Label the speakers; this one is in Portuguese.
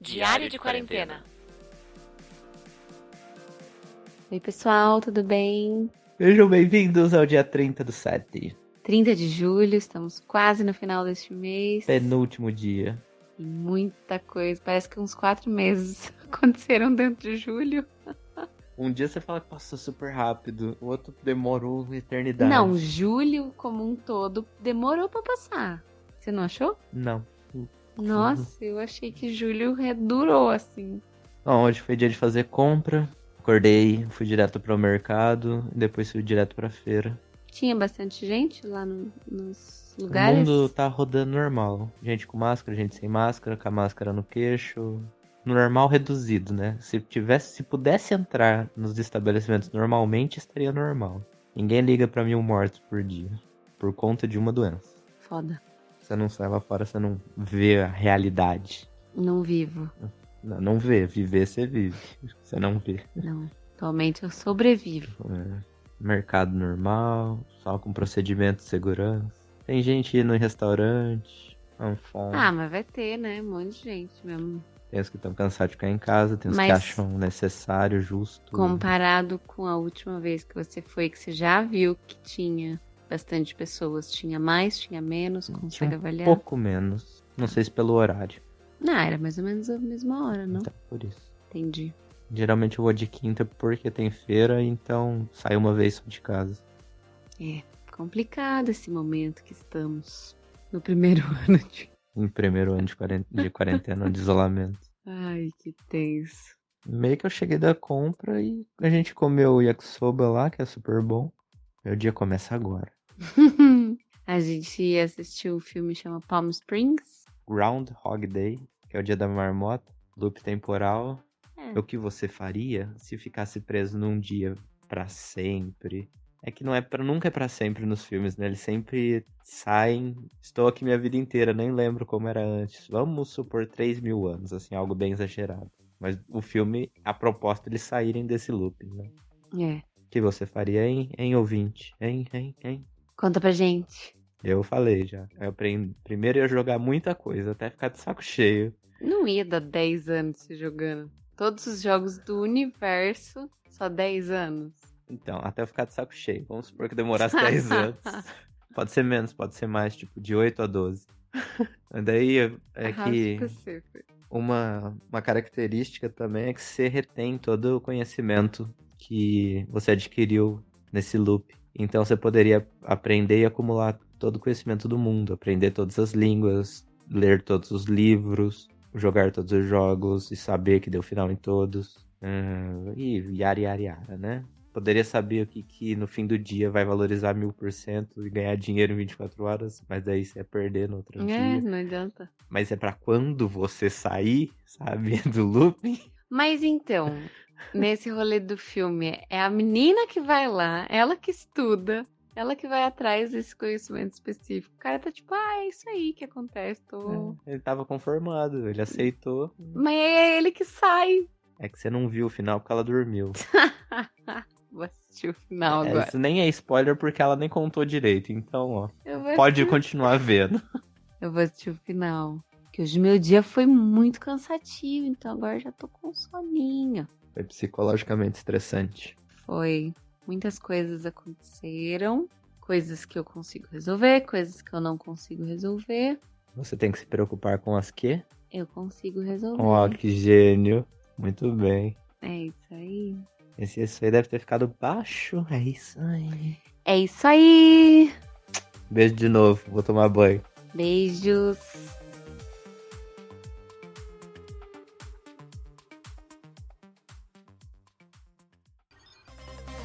Speaker 1: Diário de quarentena.
Speaker 2: Oi, pessoal, tudo bem?
Speaker 3: Sejam bem-vindos ao dia 30 do 7,
Speaker 2: 30 de julho, estamos quase no final deste mês.
Speaker 3: É. penúltimo dia.
Speaker 2: E muita coisa, parece que uns quatro meses aconteceram dentro de julho.
Speaker 3: Um dia você fala que passou super rápido, o outro demorou uma eternidade.
Speaker 2: Não, julho como um todo demorou pra passar. Você não achou?
Speaker 3: Não.
Speaker 2: Nossa, eu achei que julho redurou assim.
Speaker 3: Ó, hoje foi dia de fazer compra, acordei, fui direto pro mercado, depois fui direto pra feira.
Speaker 2: Tinha bastante gente lá no- nos
Speaker 3: O
Speaker 2: lugares.
Speaker 3: mundo tá rodando normal. Gente com máscara, gente sem máscara, com a máscara no queixo. Normal reduzido, né? Se tivesse, se pudesse entrar nos estabelecimentos normalmente, estaria normal. Ninguém liga pra mil mortos por dia, por conta de uma doença.
Speaker 2: Foda.
Speaker 3: Você não sai lá fora, você não vê a realidade.
Speaker 2: Não vivo.
Speaker 3: Não, não vê. Viver, você vive. Você não vê.
Speaker 2: Não. Atualmente eu sobrevivo.
Speaker 3: É, Mercado normal, só com procedimento de segurança. Tem gente indo em restaurante, com fome.
Speaker 2: Ah, mas vai ter, né? Um monte de gente mesmo.
Speaker 3: Tem os que estão cansados de ficar em casa, tem os
Speaker 2: Mas-
Speaker 3: que acham necessário, justo.
Speaker 2: Comparado com a última vez que você foi, que você já viu que tinha bastante pessoas, tinha mais, tinha menos, consegue
Speaker 3: Um
Speaker 2: avaliar?
Speaker 3: pouco menos. Não sei se pelo horário.
Speaker 2: Não, era mais ou menos a mesma hora, não?
Speaker 3: Então, por isso.
Speaker 2: Entendi.
Speaker 3: Geralmente eu vou de quinta porque tem feira, então saio uma vez só de casa.
Speaker 2: Complicado esse momento que estamos no primeiro ano de.
Speaker 3: Em primeiro ano de quarentena, de, quarentena, de isolamento.
Speaker 2: Ai, que tenso.
Speaker 3: Meio que eu cheguei da compra e a gente comeu o yakisoba lá, que é super bom. Meu dia começa agora.
Speaker 2: a gente assistiu o filme chama Palm Springs.
Speaker 3: Groundhog Day, que é o dia da marmota, loop temporal.
Speaker 2: É.
Speaker 3: O que você faria se ficasse preso num dia pra sempre? É que não é para nunca é pra sempre nos filmes, né? Eles sempre saem. Estou aqui minha vida inteira, nem lembro como era antes. Vamos supor 3 mil anos, assim, algo bem exagerado. Mas o filme, a proposta é eles saírem desse loop, né?
Speaker 2: É.
Speaker 3: O que você faria, hein, hein, ouvinte? Hein, hein, hein?
Speaker 2: Conta pra gente.
Speaker 3: Eu falei já. Eu aprendi. Primeiro ia jogar muita coisa, até ficar de saco cheio.
Speaker 2: Não ia dar 10 anos se jogando. Todos os jogos do universo, só 10 anos.
Speaker 3: Então, até eu ficar de saco cheio. Vamos supor que demorasse 10 anos. Pode ser menos, pode ser mais, tipo, de 8 a 12. Daí é que
Speaker 2: Arrasta você, foi.
Speaker 3: uma, uma característica também é que você retém todo o conhecimento que você adquiriu nesse loop. Então você poderia aprender e acumular todo o conhecimento do mundo, aprender todas as línguas, ler todos os livros, jogar todos os jogos e saber que deu final em todos. Hum, e yara, yara, yara, né? Poderia saber o que, que no fim do dia vai valorizar mil por cento e ganhar dinheiro em 24 horas, mas daí você ia perder no outro
Speaker 2: É,
Speaker 3: dia
Speaker 2: não adianta.
Speaker 3: mas é pra quando você sair, sabe, do looping.
Speaker 2: Mas então, nesse rolê do filme, é a menina que vai lá, ela que estuda, ela que vai atrás desse conhecimento específico. O cara tá tipo, ah, é isso aí que acontece. Tô...
Speaker 3: Ele tava conformado, ele aceitou.
Speaker 2: Mas é ele que sai.
Speaker 3: É que você não viu o final porque ela dormiu.
Speaker 2: Vou assistir o final
Speaker 3: É,
Speaker 2: agora.
Speaker 3: isso nem é spoiler porque ela nem contou direito, então, ó,
Speaker 2: Eu vou
Speaker 3: pode
Speaker 2: assistir-
Speaker 3: continuar vendo.
Speaker 2: Eu vou assistir o final. Porque hoje meu dia foi muito cansativo, então agora já tô com soninho.
Speaker 3: Foi psicologicamente estressante.
Speaker 2: Foi. Muitas coisas aconteceram. Coisas que eu consigo resolver, coisas que eu não consigo resolver.
Speaker 3: Você tem que se preocupar com as quê?
Speaker 2: Eu consigo resolver.
Speaker 3: Ó, que gênio. Muito bem.
Speaker 2: É isso aí.
Speaker 3: Esse, esse aí deve ter ficado baixo. É isso aí.
Speaker 2: É isso aí.
Speaker 3: Beijo de novo, vou tomar banho.
Speaker 2: Beijos.